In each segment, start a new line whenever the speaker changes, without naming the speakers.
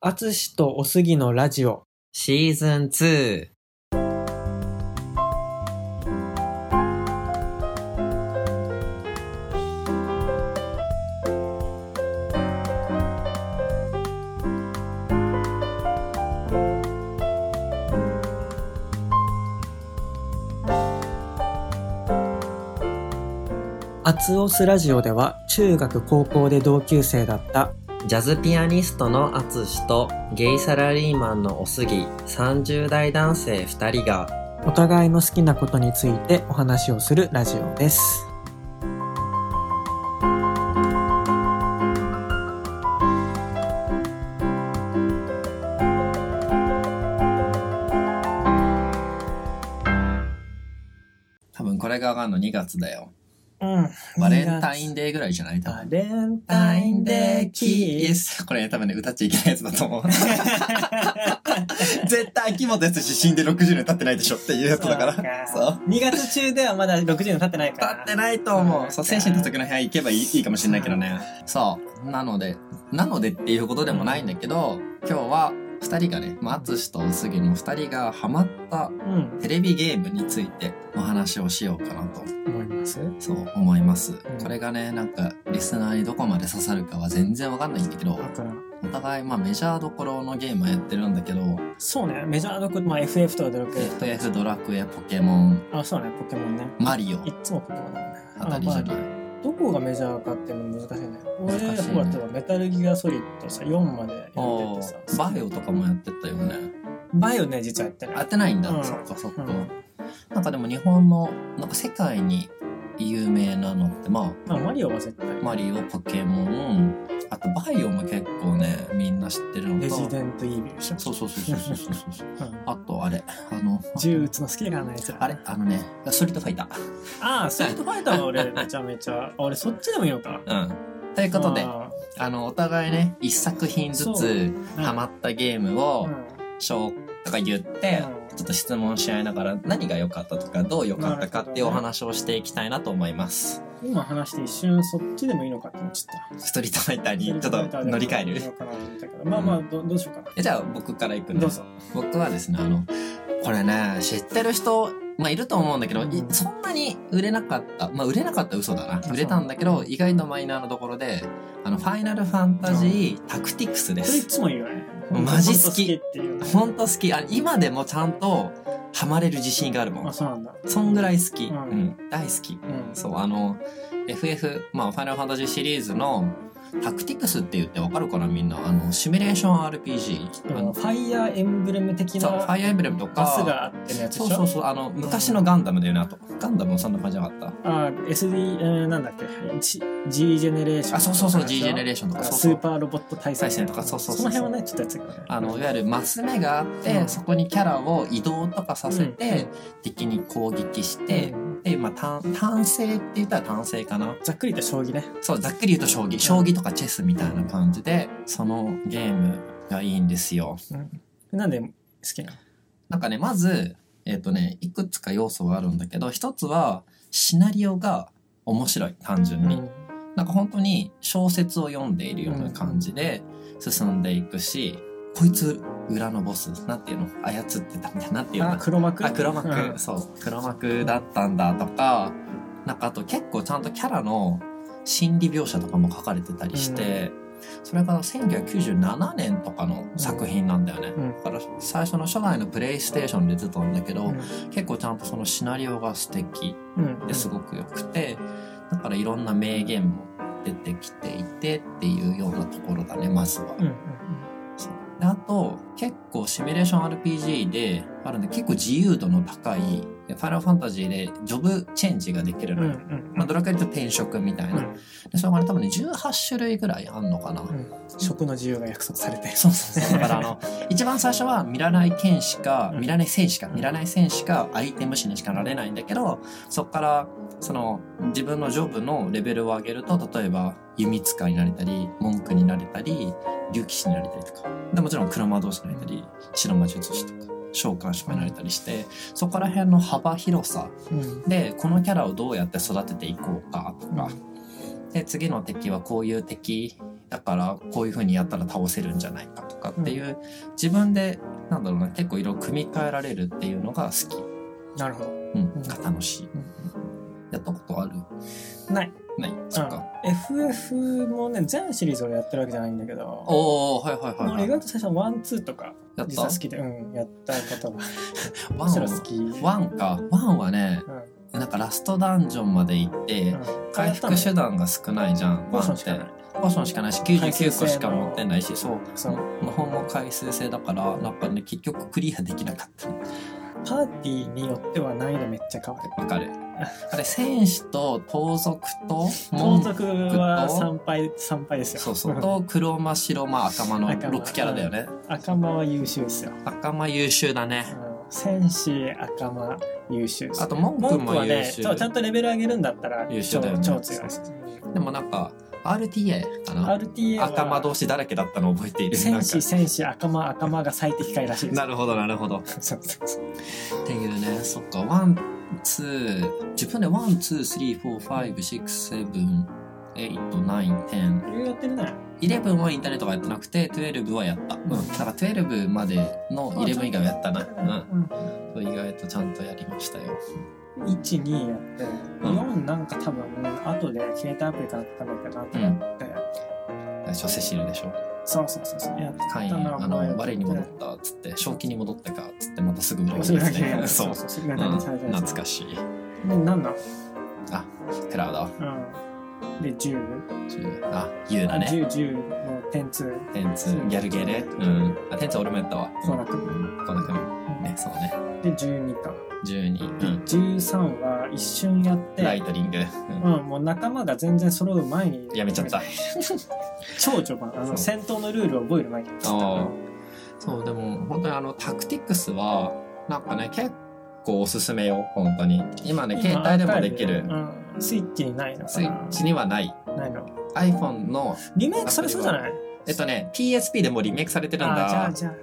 あつしとおすぎのラジオ。
シーズン2。
あつおすラジオでは、中学高校で同級生だった、
ジャズピアニストのアツシとゲイサラリーマンのおすぎ30代男性2人が
お互いの好きなことについてお話をするラジオです。
多分これが上がるの2月だよ。
うん。
バレンタインデーぐらいじゃない多
バ
分。
レンタインデーキース。
ス。これね多分ね、歌っちゃいけないやつだと思う。絶対秋元康死んで60年経ってないでしょっていうやつだから。
そ
そうう。
2月中ではまだ60年経ってないか
経
ら。
ってないと思う。
そ
そうう、
か
精神の時の部屋行けばいいいいかもしれないけどね。そう。なので、なのでっていうことでもないんだけど、今日は2人がね、まあ、淳と杉の2人がハマった
うん。
テレビゲームについてお話をしようかなと
思います
そう思います、
ん
これがねなんかリスナーにどこまで刺さるかは全然わかんないんだけど
だから、
お互いまあメジャーどころのゲームはやってるんだけど
そうね、メジャーのこと、まあ FF とかドラクエとか。
FF ドラクエポケモン
あ、そうね、ポケモンね。
マリオ
いっつもポケモンだもんね。
あたりじゃない、
あまあどこがメジャーかっていうの難しいね。俺、
難しい
ほ
ね
ら、例えばメタルギアソリッドさ、4までやって
お
て
ー
さ。
バイオとかもやってたよね
バイオね、実はやってる。
やってないんだ、
うん
そっかそっか、
うん
なんかでも日本のなんか世界に有名なのってま
まあ、マリオは絶対。
あマリオポケモンあとバイオも結構ねみんな知ってるのと
レジデントイービルでしょ。
そうそうそうそうそうそう そう
うん。
あとあれあの
銃撃つの好きがないやつら
あれあのね、ストリートファイター。
ああ、ストリートファイターは 俺、めちゃめちゃ。あ俺、そっちでもいいのか。
うん。ということで、あ
あ
の、お互いね、一作品ず
そう
つ
あ
ハマったゲームを
うん、
紹とか言って、
うん
ちょっと質問し合いながら何が良かったとか、どう良かったかっていうお話をしていきたいなと思います。
今話して一瞬そっちでもいいのかって思っちゃった。
ストリートファイターにちょっと乗り換える。
まあまあ、どどうしようか
えじゃあ僕から行く
な。
の
どうぞ。
僕はですね、あの、これね、知ってる人、まあ、いると思うんだけど、い
うん
そんなに売れなかった。まあ、売れなかったら嘘だな
そ。う
売れたんだけど、意外とマイナーなところで、あの、ファイナルファンタジー、タクティクスで
それい
す。
つも言うよね。
マジ好き
っていう。
ほんと好き。あ今でもちゃんと、ハマれる自信があるも
あ、
ん。
そうなんだ。
そんぐらい好き。
う
うんん。大好き。
うん。
そう、あの、FF、まあ、ファイナルファンタジーシリーズの、タクティクスって言ってわかるかなみんな。あの、シミュレーション RPG。
で
あ
も
の
ファイヤーエンブレム的
そう、フ
な
ァイアーエンブレムとか。
バスがあってのやつで
そう
し
そ
ょ
うそう、あの、昔のガンダムだよね、あと。ガンダムもそんな感じじゃなかっ
あ、SD、えーなんだっけ G- ?G ジェネレーションとかでしょ。
た。あ、そうそうそう、G ジェネレーションとか、そう
ス
そ
ー
う。
パーロボット対
対
戦
戦とか、そうそう
そうの
そう。
辺はね、ちょっとやつがね
あの、いわゆるマス目があって、
うん
そこにキャラを移動とかさせて、
う
敵に攻撃して、
うん
で、まあ、単、単性って言ったら単性かな。
ざっくり言った将棋ね。
そう、ざっくり言うと将棋、将棋とかチェスみたいな感じで、そのゲームがいいんですよ。
なんで好きなの
なんかね、まず、えっ、とね、いくつか要素があるんだけど、一つは、シナリオが面白い、単純に。なんか本当に小説を読んでいるような感じで進んでいくし、こいつ裏のボス、なんていうの操ってたみたいな、なんていうの
あ、黒幕
あ、黒幕、
うん
そう、黒幕だったんだとか、なんかあと結構ちゃんとキャラの心理描写とかも書かれてたりして、それが1997年とかの作品なんだよね。
うん
だから最初の初代のプレイステーションで出てたんだけど、
うん
結構ちゃんとそのシナリオが素敵。
うん
ですごく良くて、だからいろんな名言も出てきていてっていうようなところだね、まずは。
うんうん
そうであと、結構シミュレーション RPG であるんで、結構自由度の高い、ファイナルファンタジーでジョブチェンジができる
うんうん
のよ。まあ、ドラクエで言うと転職みたい
う
な。
ん
でそれがね、多分ね、18種類ぐらいあんのかな。
うん食の自由が約束されて
そうそうそう。 だからあの、一番最初は見らない剣しか、
うん
見らない戦士か、
うん
見らない戦士か、アイテム士にしかなれないんだけど、そこから、その、自分のジョブのレベルを上げると、例えば、弓使いになれたり、文句になれたり、竜騎士になれたりとか。で、もちろん黒魔道士になれたり、白魔術師とか、召喚師とかになれたりして、そこら辺の幅広さ
うん
で、このキャラをどうやって育てていこうかとか、で、次の敵はこういう敵だから、こういう風にやったら倒せるんじゃないかととかっていう、自分で、なんだろうな、結構色々組み替えられるっていうのが好き。
なるほど。
うん、が楽しい。やったことある
ない。
ないそっか。
うん FF もね、全シリーズ俺やってるわけじゃないんだけど、
おおはいはいはい、は
俺
い。
意外と最初のワン、ツーとか、
やっ
実は好
た
きで、うん、やったことが、
ワ
むしろ
ン
好き。うん。
ワンか。ワンはね、
うん
なんかラストダンジョンまで行って、回復手段が少ないじゃん、
ポ
ワ
ーショ
ン
ン
っ
してか。ない。
ポーションしかないし、
回数
99
制
個
の
しか持ってないし、そう。
そう。
魔法も回数制だから、なんかね、結局クリアできなかった。
パーティーによっては難易度めっちゃ変わる。
わか る。あれ、戦士と盗賊と
盗
門
賊は参拝、参拝ですよ。
そうそう。と、黒間、白間、赤間 の
赤間
6キャラだよね。
赤間は優秀ですよ。
赤間優秀だ
う
ね。
ん戦士、赤間、優秀です
あと、文句
文句
も
は
優
ね
秀。
ちょちゃんとレベル上げるんだったら
優秀だよね
超超強いです
でもなんか、RTA かな。
RTA は
赤間同士だらけだったの覚えている。なん
戦
か
士戦士赤間赤間が最適解らしいです
なるほど、なるほど。
そうそうそう
っていうね、そっか、ワン、ツー、自分でワン、ツー、スリー、フォー、ファイブ、シックス、セブン、エイト、ナイン、テン。
いろいろやってるね
イレブンはインターネットがやってなくて、トゥエルブはやった。うん。だからトゥエルブまでのイレブン以外はやったな。うんそう。意外とちゃんとやりましたよ。
12やって
ん
4なんか多分後で携帯アプリから買ったのかなと思って
最初セシルでしょ。
そうそうそうそうやって
会員、
たの覚
あ
えて
の、
て
我に戻った、っつって、正気に戻ったか、っつって、またすぐ裏切
そ
り
れ
で
だ
す
けや
ね。
る
そう。
そうそう
うん
なんかされたや
懐
つ
かしい。
で何なの
クラウド。
うんで10
あ、ユーだ
あ
ね。
10、10の点数、
テンツ、ギャルゲーね。うん。あ、テンツ俺もやったわ。
コナくん。
こんな感じ。ね、そうね。
で、12か。
12。
で、
うん。
13は一瞬やって、
ライトリング。うん
うん、もう仲間が全然揃う前に
やめちゃった。
超序盤あ
そ
の
う
戦闘のルールを覚える前にやめちゃった
ああそうでも本当にあのタクティクスはなんかね結構おすすめよ本当に今ね
今
携帯でもできる
うん、スイッチにないのかな
スイッチにはない
ないの
iPhone の
リメイクされそうじゃない
えっとね PSP でもうリメイクされて
あ
るん
ーじゃあ
だ
じゃあ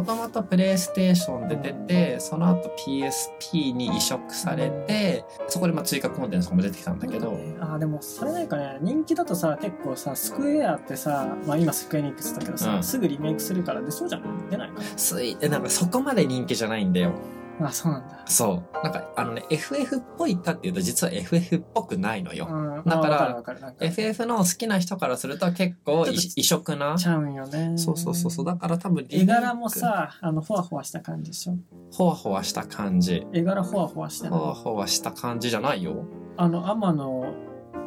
もともとプレイステーションで出てその後 PSP に移植されてそこでまあ追加コンテンツも出てきたんだけど
あーでもそれないかね人気だとさ結構さスクエアってさ、まあ、今スクエアニックスだけどさ、
うん
すぐリメイクするからでそうじゃない出ないか
スイえなんかそこまで人気じゃないんだよ
あそうなんだ
そうなんかあのね FF っぽいかっていうと実は FF っぽくないのよ
うん
だから
あーわかるわかるなんか
FF の好きな人からすると結構
ちょっと
異色な。
ちゃうんよね
そうそうそうそう。だから多分
絵柄も、さあのほわほわした感じでしょ
ほわほわした感じ。
絵柄ほわほわして
ほわほわした感じじゃないよ。
あの天野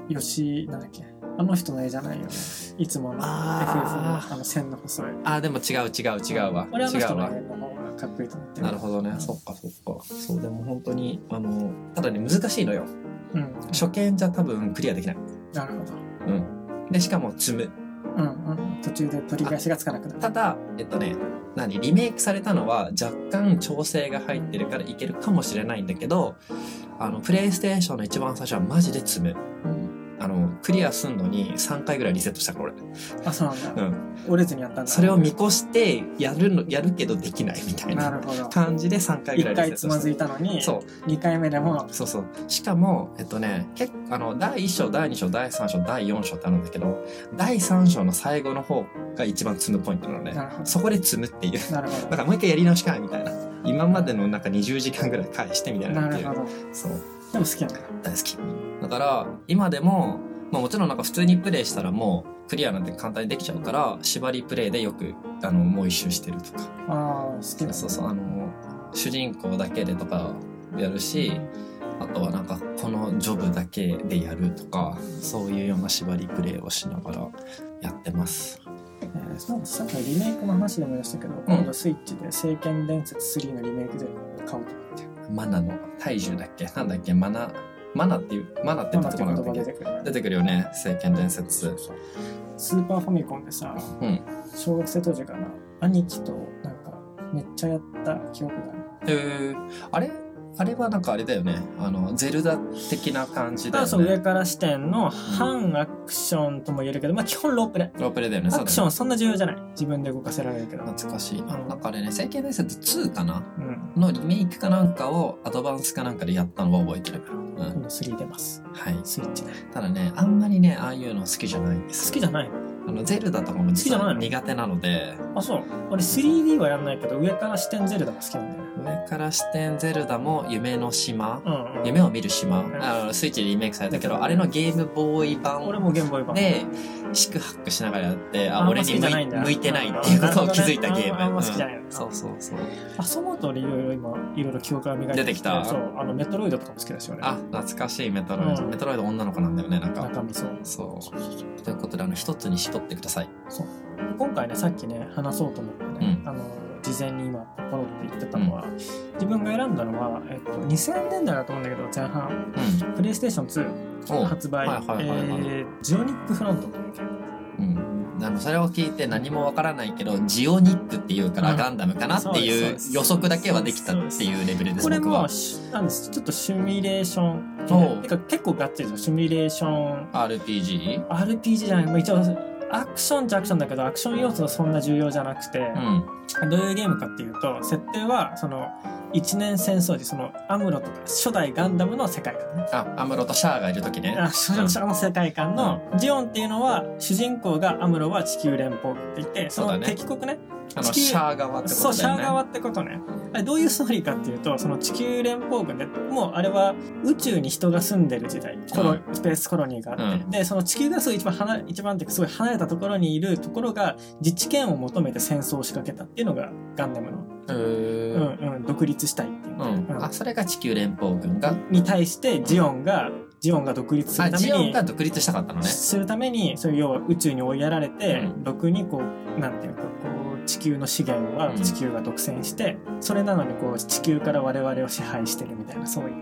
義なんだっけあの人の絵じゃないよねいつもの FF の
あー
あの線の細い
あー、でも違う違う違うわ。
俺あの
違
人
う
の
わ。
絵の方がかっこいいと思って
なるほどね。そっかそっか。そう、でも本当に、あの、ただね、難しいのよ。
うん
初見じゃ多分クリアできない。
なるほど
うん。で、しかも積む。
うんうん途中で取り返しがつかなくなる
ただ、えっとね、何リメイクされたのは若干調整が入ってるからいけるかもしれないんだけど、あの、プレイステーションの一番最初はマジで積む。
うん
あの、クリアすんのに3回ぐらいリセットしたから
あそうなん
俺。
だ
うん。
折れずにやったんだ
それを見越して、やるの、やるけどできないみたい
な
な
るほど
感じで3回ぐら
一
い
回
リセットし
つ
た。
まずいたのに
そう。
二回目でも
そうそう。しかも、えっとね、結構、あの、第1章、第2章、第3章、第4章ってあるんだけど、第3章の最後の方が一番積むポイントなのね
な。るほど
そこで積むっていう。
なる ほ
だ
ど
からもう一回やり直しか、みたいな。今までのなんか20時間ぐらい返してみたいな
な
って
る
いう
ほ。ど
そう。
でも好きなんだ
大好き。だから、今でも、まあもちろんなんか普通にプレイしたらもうクリアなんて簡単にできちゃうから、縛りプレイでよく、あの、もう一周してるとか。
ああ好きだ
そうそう、あの、主人公だけでとかやるし、あとはなんかこのジョブだけでやるとか、そういうような縛りプレイをしながらやってます。
えーそうなんですさっきのリメイクの話でも出したけど、今度スイッチで「聖剣伝説3」のリメイクで買おうと思って
マナの体重だっけなんだっけマナ、マナっていう、マナって
マ
言
ナ
っ
ってて
こ
言
なか
葉
った
出てくる
っけ出てくるよね、聖剣伝説。
スーパーファミコンでさ
うん。
小学生当時かな兄貴となんかめっちゃやった記憶がある
えー、あれあれはなんかあれだよね。あの、ゼルダ的な感じだ
ま
よ
あ
ね。
そう上から視点の反アクションとも言えるけど、まあ、基本ロープレ
ロープレイだよね。
アクション
ン
はそんな重要じゃない自分で動かせられるけど、
懐かしいな。なんかあれね、聖剣伝説2かな
うん、
のリメイクかなんかをアドバンスかなんかでやったのは覚えてるから。う
今
ん。
度3出ます
はい。
スイッチで好
ただね、あんまりね、ああいうの好きじゃないんです。
きじゃないの
うあの、ゼルダとかも実は
好きじ
苦手なので、
あそう俺 3D はやんないけど上から視点ゼルダが好きなんだよね
上から視点ゼルダも夢の島、
うん、うん、
夢を見る島、あの、スイッチでリメイクされたけど、あれのゲームボーイ版
俺もゲームボーイ版
で、四苦八苦しながらやって、
あん
あ、
ま
俺に
好きじ
向
ゃない
い
んだ
向いてないっていうことを気づいたゲーム。
あああんま好きじゃない
うん
よな
そうそうそう。
あそう思うと俺いろいろ今いろいろ記憶が磨いて
出てきた
そうあのメトロイドとかも好きだし俺
あ、懐かしいメトロイド。
うん
メトロイド女の子なんだよね、なんか。
中身そう
そ
そうそうそう
う。ということで、あの、一つに絞ってください。
今回ねさっきね話そうと思ってね、あの事前に今ポロって言ってたのは、自分が選んだのは、えっと、2000年代だと思うんだけど前半
う
プレイステーション
ん。お
2
う
発売、
はいはいはいはい
えージオニックフロントというゲーム
うん。あの、それを聞いて何もわからないけど、ジオニックっていうから
うん
ガンダムかなって
そう
い
で
う
すそうです
予測だけはできたっていうレベルです、
これ
僕
も
は。
しなんですちょっとシミュレーション
おう
てか結構ガッツリですよシミュレーション
RPG?
RPG じゃない、まあ、一応アクションっちゃアクションだけどアクション要素はそんな重要じゃなくて、
うん。
どういうゲームかっていうと設定はその一年戦争時そのアムロとか初代ガンダムの世界観ね
あ、アムロとシャアがいるときね。
あ初代の世界観のジオンっていうのは主人公がアムロは地球連邦って言ってそ
そうだ
の
ね
敵国ね
あの、
地球
シャア側ってことだよね。
そうシャア側ってことねあれどういうストーリーかっていうとその地球連邦軍でもうあれは宇宙に人が住んでる時代コロ、
うん
スペースコロニーがあって、
う
でその地球がすごい一番離れ一番っていうかすごい離れたところにいるところが自治権を求めて戦争を仕掛けたっていうのがガンダムの、
へー
うんうん、独立したいっていう
う
ね、
ん。あ、それが地球連邦軍が。
に対してジオンがジオンが独立する
あ、
ため
ジオン
に
が独立したかったのね。
するためにそういう要は宇宙に追いやられて、
うん
ろくにこうなんていうかこう地球の資源は
うん
地球が独占して、それなのにこう地球から我々を支配してるみたいなそういう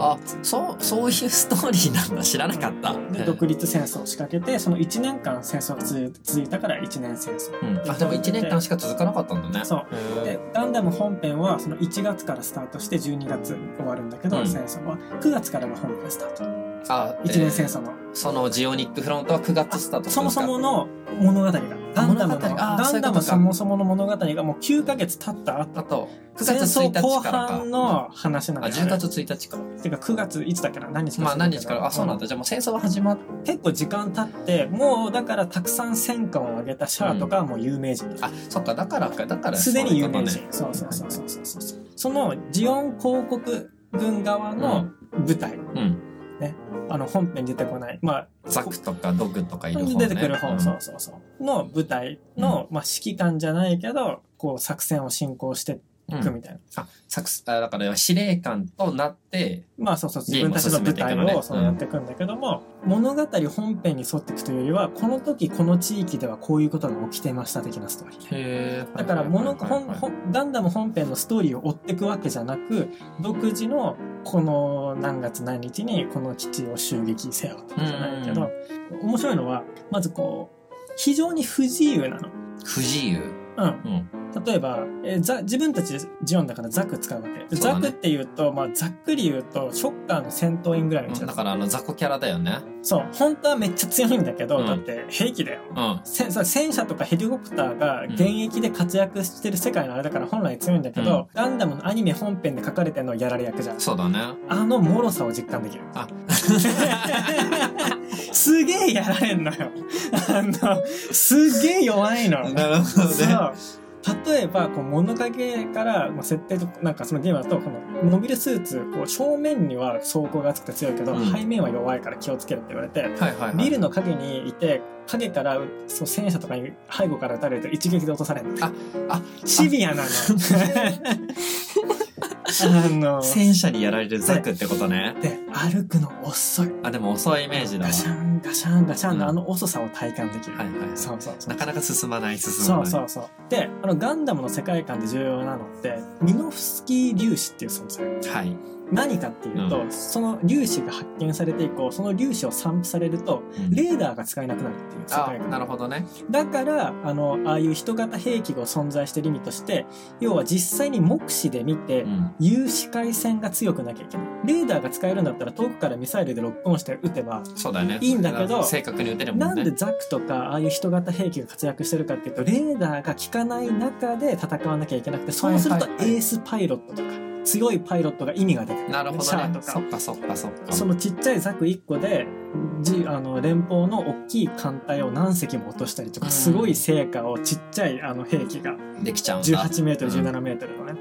あ
対、
そう、そういうストーリーなんだ。知らなかった。
立で独立戦争を仕掛けてその1年間戦争が続い続いたから1年戦争
うん。あ、でも1年間しか続かなかったんだね。
そう
へー
でガンダム本編はその1月からスタートして12月終わるんだけど、
うん
戦争は9月からが本編スタート1
あ、
年
生
戦争の
そのジオニックフロントは9月スタートす
そ
る
も
んです
そ
か
もの物語がガンダムの
物語
ガン
あー
ダム
そう
そ
いうことか
もそもの物語がもう9ヶ月経った後
あと9
戦
月1
争
日
後
からか
半の話な
あ
んだよね
10月1日か
てか9月いつだっけな何日か
ま
忘
あ
れた
何
けど
日からあそうなんだじゃあもう戦争が始まっ
結構時間経ってもうだからたくさん戦果を上げたシャアとかはもう有名人だ
あそっかだからかだから
すでに有名
そういう
人そうそうそうそうそうそうそうそのジオン広告軍側
こと
の
ね
舞台、
うん、うん
あの本編に出てこないまあ
ザクとかドグとかいる方ね
出てくる方、
うん
そうそうそうの舞台の、まあ、指揮官じゃないけどこう作戦を進行して
う
いく
ん
みたいな、
あ作すあだから司令官となって
まあそうそう自
ゲー
分
ムを
たちの
進め
舞
ていく
台
のね
をそうやっていくんだけども、物語本編に沿っていくというよりはこの時この地域ではこういうことが起きてました的なストーリー。
へえ
だから物、ほん
ん
ほんガンダム本編のストーリーを追っていくわけじゃなく独自のこの何月何日にこの基地を襲撃せよとかじゃないけど、面白いのはまずこう非常に不自由なの。
不自由
うん、
うん
例えば、えーザ自分たちでジオンだからザク使うわけ、で
そう
ザ
だね
クっていうと、まあ、ざっくり言うとショッカーの戦闘員ぐらいの
だ
力
からあの雑魚キャラだよね
そう本当はめっちゃ強いんだけど、
うん
だって兵器だよ
うん
戦そう戦車とかヘリコプターが現役で活躍してる世界のあれだから本来強いんだけど、ガンダムのアニメ本編で書かれてるのはやられ役じゃん
そうだね
あの脆さを実感できる
あ
すげえやられんのよあのすげえ弱いの
なるほどね
そう 例えばこう物陰から、まあ、設定となんかそのゲームだとこのモビルスーツこう正面には走行が厚くて強いけど、
うん
背面は弱いから気をつけるって言われて、
はいはい、はい、
ビルの影にいて影からそう戦車とかに背後から撃たれると一撃で落とされるの
ああ
シビア なのあの
戦車にやられるザクってことね
で歩くの遅い
あでも遅いイメージだわ
ガシャンガシャンガシャン
う
の
ん
あの遅さを体感できる、
はいはい
そうそうそう
なかなか進まない進ま
そ
な
う
い
そうそうであのガンダムの世界観で重要なのってミノフスキー粒子っていう存在
はい、
何かっていうと、その粒子が発見されて以降その粒子を散布されるとレーダーが使えなくなるっていう世
あ
界観
なるほどね
だからあのああいう人型兵器が存在してる意味として要は実際に目視で見て、
うん
有視界線が強くなきゃいけないレーダーが使えるんだったら遠くからミサイルでロックオンして撃てば
そうだよね
いいんだけど
正確に打てるも
なんん
ね
でザクとかああいう人型兵器が活躍してるかっていうとレーダーが効かない中で戦わなきゃいけなくてそうすると
はい
エ
はいはい
ースパイロットとか強いパイロットが意味が出てくる
なるほ
シ
ど
ャア
ね
と
そ
か
っかそっかそっか
そのちっちゃいザク1個でじあの連邦の大きい艦隊を何隻も落としたりとか、
うん
すごい成果をちっちゃいあの兵器が
できちゃうんだ。
18メートル17メートルのね、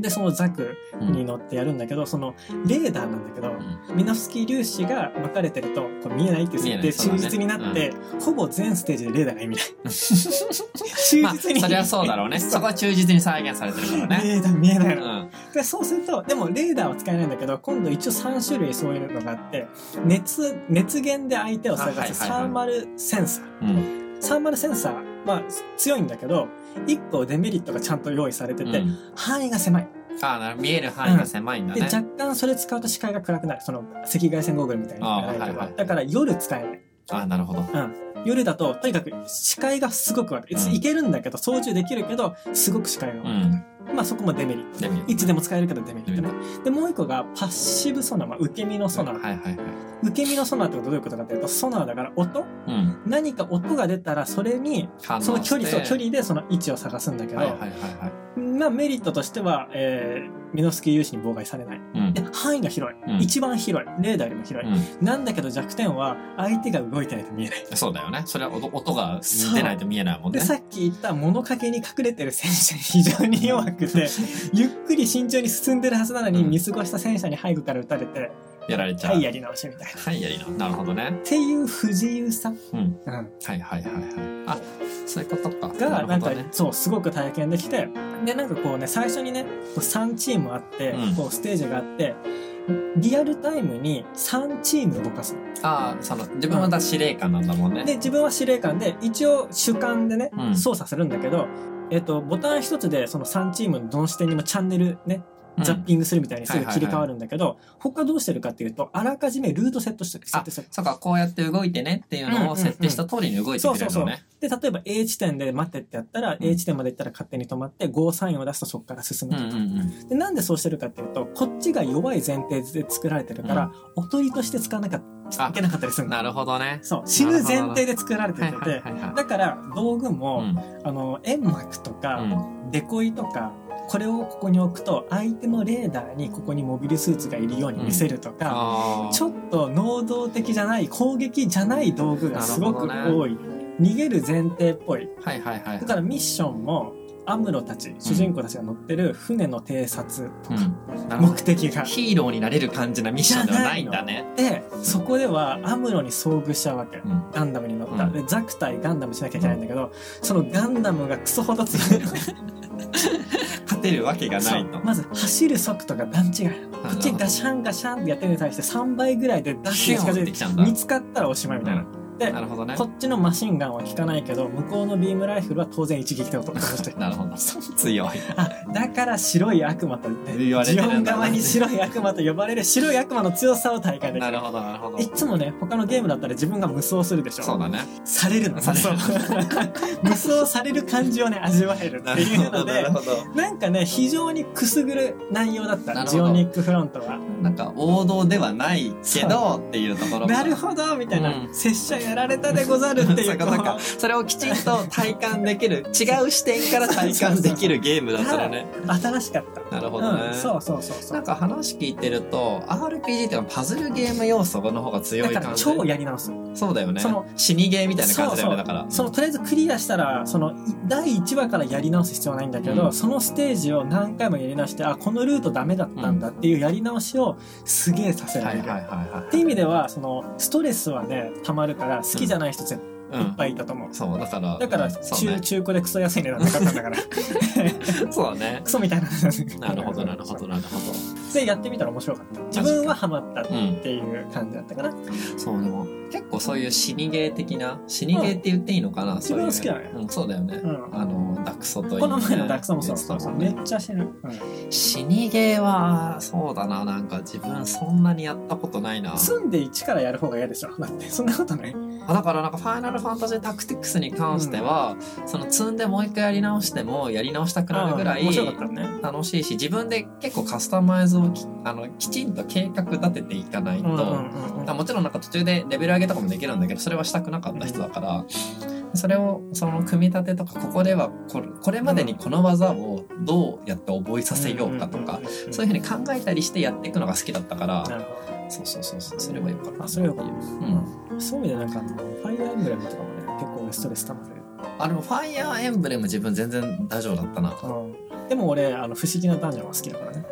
でそのザク
うん
に乗ってやるんだけどそのレーダーなんだけど、
う
ミナフスキー粒子が分かれてるとこう見えないっていう
見え
設
ない
定
そう
忠
だね
実になって、ほぼ全ステージでレーダー が意味ない
ん
忠
まあ、そ
実に、
りゃそうだ ろうね。そこは忠実に再現されてるからね。
レーダー見えな
う
いの、
ん。
でそうするとでもレーダーは使えないんだけど今度一応3種類そういうのがあって熱熱源で相手を探
あはいはいはい
すサーマルセンサー、
うん。
サーマルセンサーまあ強いんだけど1個デメリットがちゃんと用意されてて、
うん
範囲が狭い
ああ、なる見える範囲が狭いんだ
で
ね。
若干それ使うと視界が暗くなるその赤外線ゴーグルみたいなのがないから、
あはいはい
だから夜使えない
ああ、なるほど。
夜だととにかく視界がすごく悪い、
うん
いけるんだけど操縦できるけどすごく視界が悪
う
い、
ん。
まあそこもデメリット
で見える
いつでも使えるけどデメリ
見え
ット
る
ねでもう一個がパッシブソナー、まあ、受け身のソナー、
はいはいはい。
受け身のソナーってことはどういうことかというとソナーだから音
うん。
何か音が出たらそれに
反応
その距離
して
そう距離でその位置を探すんだけど、
はいはいはいはい。
まあメリットとしては、えー、ミノフスキー粒子に妨害されない
うん
で。範囲が広い、
うん
一番広いレーダーよりも広い、
う
なんだけど弱点は相手が動いてないと見えない
ん、そうだよね。それは音音が出ないと見えないもんね。
でさっき言った物陰に隠れてる戦車に非常に弱く てゆっくり慎重に進んでるはずなのに
うん
見過ごした戦車に背後から撃たれて
やられちゃう。
はいやり直しみたいな。
はい、やりな。なるほどね。
っていう不自由さ、
うん。
うん
はいはいはいはい。あ、そういうことか。
が
な
な
る
ん
ほ
か
どね。
そうすごく体験できてでなんかこうね最初にねこう3チームあって、
うん
こうステージがあってリアルタイムに3チーム動かすの
ああ、その、自分はだ司令官なんだもんね。
で自分は司令官で一応主観でね、
うん
操作するんだけど、えっとボタン一つでその3チームのどの視点にもチャンネルね
うん
ザッピングするみたいにすぐ切り替わるんだけど、他どうしてるかっていうとあらかじめルートセットして設定する
そうか、こうやって動いてねっていうのを設定した通りに動いてくれる
うんうん
の
うん
ね。
で例えば A 地点で待ってってやったら、
うん
A 地点まで行ったら勝手に止まってゴーサインを出すとそこから進
う
む
ん
と
う
か、
んうん。
でなんでそうしてるかっていうとこっちが弱い前提で作られてるから、おとりとして使わなかった
あ
いけなかったりするの
なるほどね。
そう死ぬ前提で作られて
はい
て
はいはいはい。
だから道具
う
も、
ん
あの煙幕とか、
うん
デコイとかこれをここに置くと相手のレーダーにここにモビルスーツがいるように見せるとか、
あー
ちょっと能動的じゃない攻撃じゃない道具がすごく
なるほ
多い、逃げる前提っぽい
はいはいはい
だ。からミッションもアムロたち主人公たちが乗ってる船の偵察とか、
うんなるほど
目的が
ヒーローになれる感じのミッションではないんだね。
でそこではアムロに遭遇しちゃうわけ
うん
ガンダムに乗った、
うん
でザク対ガンダムしなきゃいけないんだけどそのガンダムがクソほど強いの
勝てるわけがないと。
まず走る速度が段違いなのこっちガ
シ
シャンガシャンってやってるのに対して3倍ぐらいでダッシュに近づい
で
て
きちゃうんだ。
見つかったらおしまいみたいな、で
なるほどね
こ。っちのマシンガンは効かないけど向こうのビームライフルは当然一撃で落として
なるほど。強い。
あ だから白い悪魔と言って
言われて
ジ
る
オ
ん
ン
だな
側に白い悪魔と呼ばれる白い悪魔の強さを体感でき
な
る
るほど、なるほど。
いつもね他のゲームだったら自分が無双するでしょ
そうだね。
されるの
される
そう 無双される感じをね味わえるっていうので
ほど。
なんかね非常にくすぐる内容だっ
な
た
るほど
ジオニックフロントは。
なんか王道ではないけどっていうところ
なるほどみたいな、
うん
拙者やられたでござるってい
そううか
こう
そう かそれをきちんと体感できる違う視点から体感できるゲームだったらね
新しかった。
なるほどね、
うん、そうそうそうそ
なん
う。
か話聞いてると RPG っていうのはパズルゲーム要素の方が強
だ
い
から
感じ
超やり直す。
そうだよね
その
死にゲーみたいな感じだよねだから
そのとりあえずクリアしたらそのい第1話からやり直す必要はないんだけど、
うん
そのステージを何回もやり直してあこのルートダメだったんだっていうやり直しをすげえさせら
は
れ
い
る。
はいはい
っ
は
ていう意味ではそのストレスはねたまるから好きじゃない人絶
い、う
対いっ
ん、
ぱいいたと思う、
そうだから
だから
そう
中,、
ね
中古でクソ安い値段で買ったんだからク
そうね
ソみたいな
なるほどなるほどなるほ
でやってみたら面白かった自分はハマったっ
どうん
ていう感じだったかな
そうでも結構そういう死にゲー的な死にゲーって言っていいのかな、そういう
自分は好きだ
うん、そうだよね、
うん
あのダクソといいね
この前のダークソもそう
やつだもん
め
ね
っちゃ死ぬ、うん
死にゲーはそうだななんか自分そんなにやったことないな
住んで一からやる方が嫌でしょだってそんなことない
あだからなんか「ファイナルファンタジータクティクス」に関しては、その積んでもう一回やり直してもやり直したくなるぐら
うん
い
面白かったね
楽しいし自分で結構カスタマイズをきあのきちんと計画立てていかないと、
うん
あもちろんなんか途中でレベル上げとかもできるんだけどそれはしたくなかった人だから、それをその組み立てとかここではこれこれまでにこの技をどうやって覚えさせようかとか、
んんんん
そういうふうに考えたりしてやっていくのが好きだったから、
なるほど
そうそうそうそうすればよかった
あそれはよかった
うん
そういう意味でなんかあのファイアーエンブレムとかもね結構俺ストレス溜まる、
あでもファイアーエンブレム自分全然大丈夫だったな
うん、でも俺あの不思議なダンジョンが好きだからね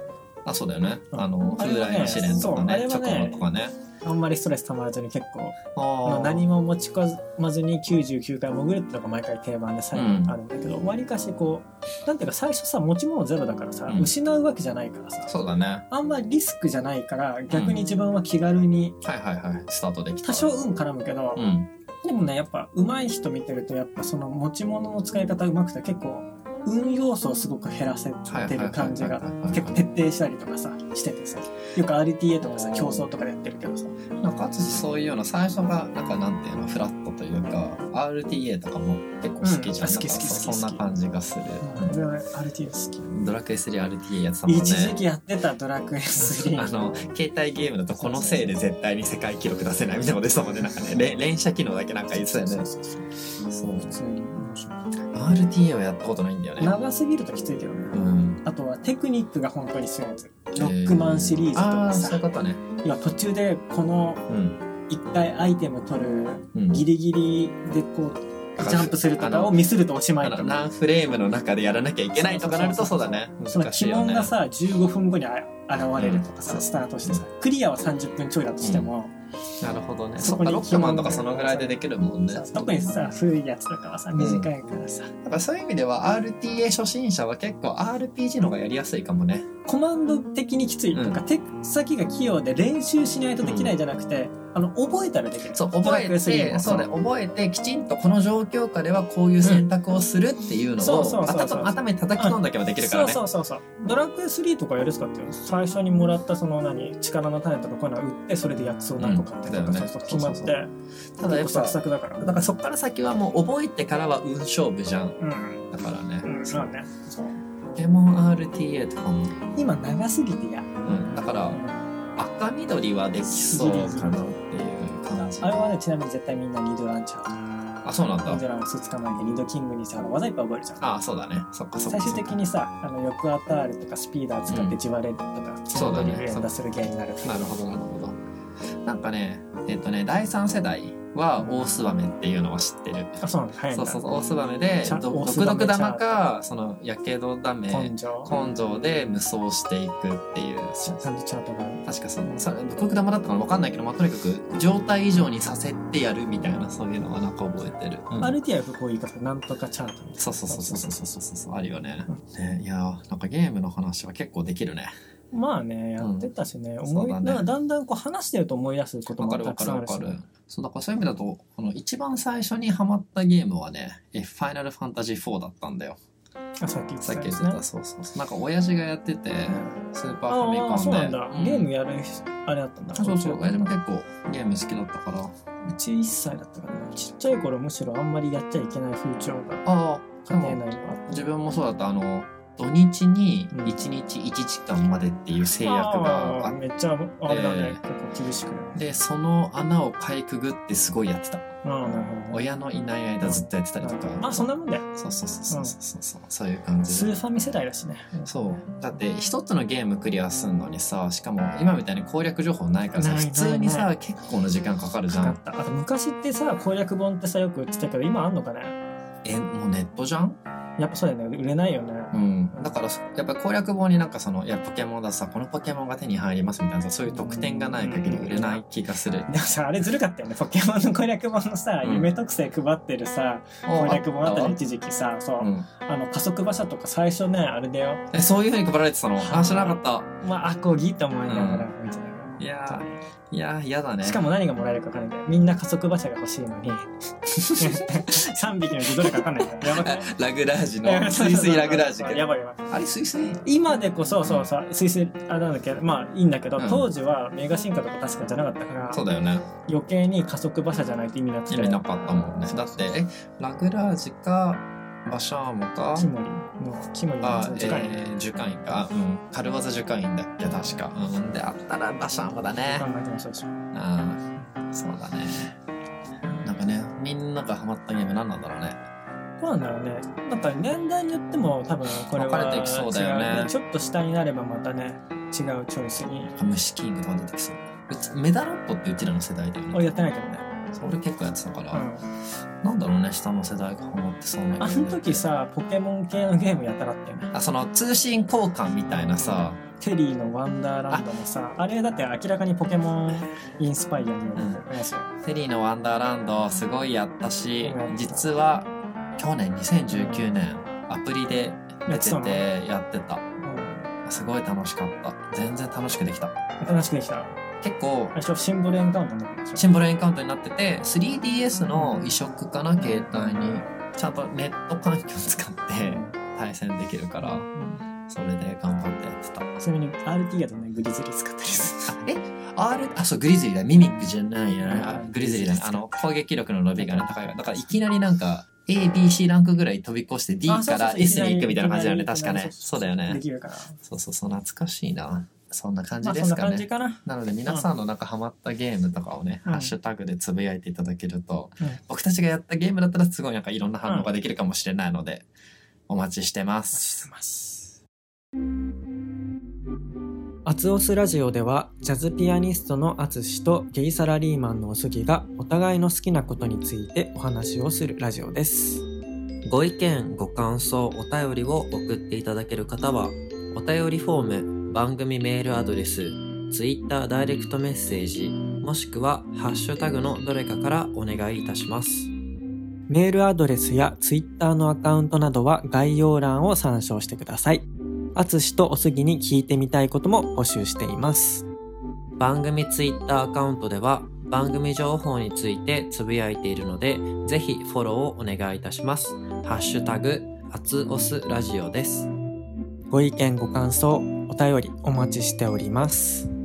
あそうだよね
うん
あの風来の試練とか
あれはね
ねチ
そう
ョ
あれは
コ
ね
とかね
あんまりストレス溜まらずに結構あ
あ
の
ー
何も持ち込まずに99回潜るってのが毎回定番で最後にあるんだけどわり、かしこうなんていうか最初さ持ち物ゼロだからさ、
うん
失うわけじゃないからさ
そうだね
あんまりリスクじゃないから逆に自分は気軽に、
はいはいはいスタートできた
多少運絡むけど、
うん
でもねやっぱ上手い人見てるとやっぱその持ち物の使い方上手くて結構運要素をすごく減らせてる感じが
はいはいはいはいはい
結構徹底したりとかさしててさよく RTA とかさ競争とかでやってるけどさ
なんかあとそういうの最初がなんかなんていうのフラットというか RTA とかも結構好きじ
うんあ好き
ゃん,、なん
好
か
き好き
そそんな感じがする、
うん俺は RTA 好き
ドラクエ3 RTA やってたもんね
一時期やってたドラクエ3
あの携帯ゲームだとこのせいで絶対に世界記録出せないみたいなことでしたもんねなんかねれ連射機能だけなんか言ってたよね
そうそう
そう
普通に面白
RTA はやったことないんだよ
い
ね
長すぎるときついけどね
うん
あとはテクニックが本当に強いやつロックマンシリーズと
ああ
か
ーそうい
さ
うことね
要は途中でこの
うん、
一回アイテム取る
うん、
ギリギリでこうジャンプするとかをミスるとおしま
あ
い
の
とか
何フレームの中でやらなきゃいけないとかなるとそうだね
その
難しい
鬼
よ
門
ね
がさ15分後にあ現れるとか
う
さ
ん
スタートしてさクリアは30分ちょいだとしても
なるほどねそ
そ
っ
こ
か
に
ロックマンとかそのぐらいでできるもんね
さ特にさ古いやつとかはさ短いからさ
だからそういう意味では RTA 初心者は結構 RPG の方がやりやすいかもね
コマンド的にきついとか手先が器用で練習しないとできないじゃなくてあの覚えたらできる
そう覚え
ドラクエ3
て
も
そうね覚えてきちんとこの状況下ではこういう選択をするっていうの
そ
を
うそうそうそう
頭頭に叩き込んだけばできるからね
そうそうそうそうドラクエ3とかやるすかってよ最初にもらったその何力の種とかこういうの売ってそれで薬草何個買ってと
うん
か
だよ
そう
ね
そう決まって
そうそうただ
結
やっ
構サ
ぱ
クサクだから
だからそっから先はもう覚えてからは運勝負じゃん
うん
だからね、
うん
そ
そううねそう
ポケモン RTA とかも、
今長すぎてや
うん、だから赤緑はできそうかなっていう感じ
あれはねちなみに絶対みんな二度ランチャー
あそうなん
ニド
だ
ランス捕まえて二度キングにさ技いっぱい覚えるじゃん
あそうだねそっかそっ
最
か
終的にさあの横アタールとかスピーダー使って地割れとか地
そうだ
割
ね
り連打するゲームになる
なるほどなるほどなんかねえっ、とね第3世代はオオスバメっていうのは知ってる
あそうなんだ早いん
そ
だ
うそうそうオオスバメで
ちゃ
ど
オオ
毒
スバメ
毒玉かそのやけどダメ
根性
根性で無双していくっていう
ちゃんとチャートがある
確かそのそれ毒玉だったのか分かんないけど、まあ、とにかく状態以上にさせてやるみたいなそういうのはなんか覚えてる、うん
RT はこういう言い方なんとかチャートみたいな
そうそうそうそうそうそうそうそうあるよねねいやーなんかゲームの話は結構できるね
まあねやってたしね、
ん
思い
そうだ
だ,、
ね
だんだんこう話してると思い出すこと
わ
も
かる
た
わ
く
か
さんあ
るわ
るし
かるそうだからそういう意味だとこの一番最初にハマったゲームはねえファイナルファンタジー4だったんだよ
あさっき言って
さ
た
っ
や
き
つね
言ってたそうそうそうなんか親父がやっててスーパーファミコン
あ
で
あそうなんだ、
ん
ゲームやるあれだったんだ
そうそう親父も
う
結構ゲーム好きだったから
ち1歳だったからなちっちゃい頃むしろあんまりやっちゃいけない風潮が
ああで
家庭
も
内にはあった
自分もそうだったあの土日に1日1時間までっていう制約が
あ
あ
ー
っ
めっちゃあれだね、
え
結構厳しくね
てその穴をかいくぐってすごいやってた
ああなるほどね
親のいない間ずっとやってたりとか
まあそんなもんだよ
そうそうそうそうそうそうそういう感じ
ス
で
ーファミ世代だしね
そうだって一つのゲームクリアすんのにさしかも今みたいに攻略情報ないからさ
ないない
普通に
な
さ結構な時間かかるじ
か
ゃ
か
ん
ったあと昔ってさ攻略本ってさよく売ってたけど今あんのかね
えもうネットじゃん
やっぱそうだよね売れないよね、
うんだからそやっぱり攻略本になんかそのいやポケモンださこのポケモンが手に入りますみたいなさそういう特典がない限り売れない気がする
でもさあれずるかったよねポケモンの攻略本のさ、
うん
夢特性配ってるさ攻略本あったじゃん一時期さそう、
うん
あの加速馬車とか最初ねあれだよ
えそういうふうに配られてたの
はあ
あ知らなかっ
まあアコギと思いながら見てたから、
たいやーいやー嫌だね
しかも何がもらえるか分かんないんだよみんな加速馬車が欲しいのに3匹のうちどれか分かんないんだよやばくない
ラグラージのスイスイラグラージ
やばいやばい
あれスイスイ
今でこそそうそうスイスあなんだっけまあいいんだけど、
うん
当時はメガ進化とか確かじゃなかったから
そうだよね
余計に加速馬車じゃないと意味なくて
意味なかったもんねだってえラグラージかバシャーモか
キモリのキモリの
あ
時
え
間に、
ー、受感員か、あうん、軽技受感員だっけ確か、うん、であったらバシャーモだね
考えてましたでしょ
ああそうだねなんかねみんながハマったゲーム何なんだろうね
どうなんだろうねなんか年代によっても多分これ
分
は
かれていきそうだよね
違うちょっと下になればまたね違うチョイスに
虫キングとか出てきそううちメダロットってうちらの世代だよ
俺
ね
やってないけどね。
それ結構やってたから、
うん。
なんだろうね下の世代がハマってそうな
あ
気
の
が
時さ、ポケモン系のゲームやったらってね。
あその通信交換みたいなさ、
テリーのワンダーランドもさ、あれだって明らかにポケモンインスパイアによるものですよ。
テリーのワンダーランドすごいやったし
うん
実は去年2019年アプリで出ててやってた
う
すごい楽しかった全然楽しくできた
ん。楽しくできた。
結構
あれ、シンボルエンカウントになってるでし
シンボルエンカウントになってて 3DS の移植かな携帯にちゃんとネット環境使って対戦できるから
ょ。うん
それで頑張ってやってた
ちなみに RT やとね、グリズリー使ったりする。
あえ R あそうグリズリーだミミックじゃないやな
うん
グリズリーだねあの攻撃力の伸びがね高いからだからいきなりなんか ABC ランクぐらい飛び越して D
あそうそう
から
そう
S に行くみたいな感じだよね
いきなり
確か
いきな
ね
り
そうだよね
できるから。
そうそうそう懐かしいなそんな感
ま
じ
あ、
で
そん
す
な
か
感じ
ね
かな。
なので皆さんのなんかハマったゲームとかをね、
うん
ハッシュタグでつぶやいていただけると、
うん
僕たちがやったゲームだったらすごいなんかいろんな反応ができるかもしれないので、お待ちしてます。
アツオスラジオではジャズピアニストのアツシとゲイサラリーマンのおすぎがお互いの好きなことについてお話をするラジオです
ご意見、ご感想、お便りを送っていただける方は、お便りフォーム、番組メールアドレス、Twitter ダイレクトメッセージ、もしくは、ハッシュタグのどれかからお願いいたします。
メールアドレスやツイッターのアカウントなどは概要欄を参照してくださいアツシとおすぎに聞いてみたいことも募集しています
番組 Twitter アカウントでは、番組情報についてつぶやいているので、ぜひフォローをお願いいたします。ハッシュタグ、アツオスラジオです。
ご意見ご感想お便りお待ちしております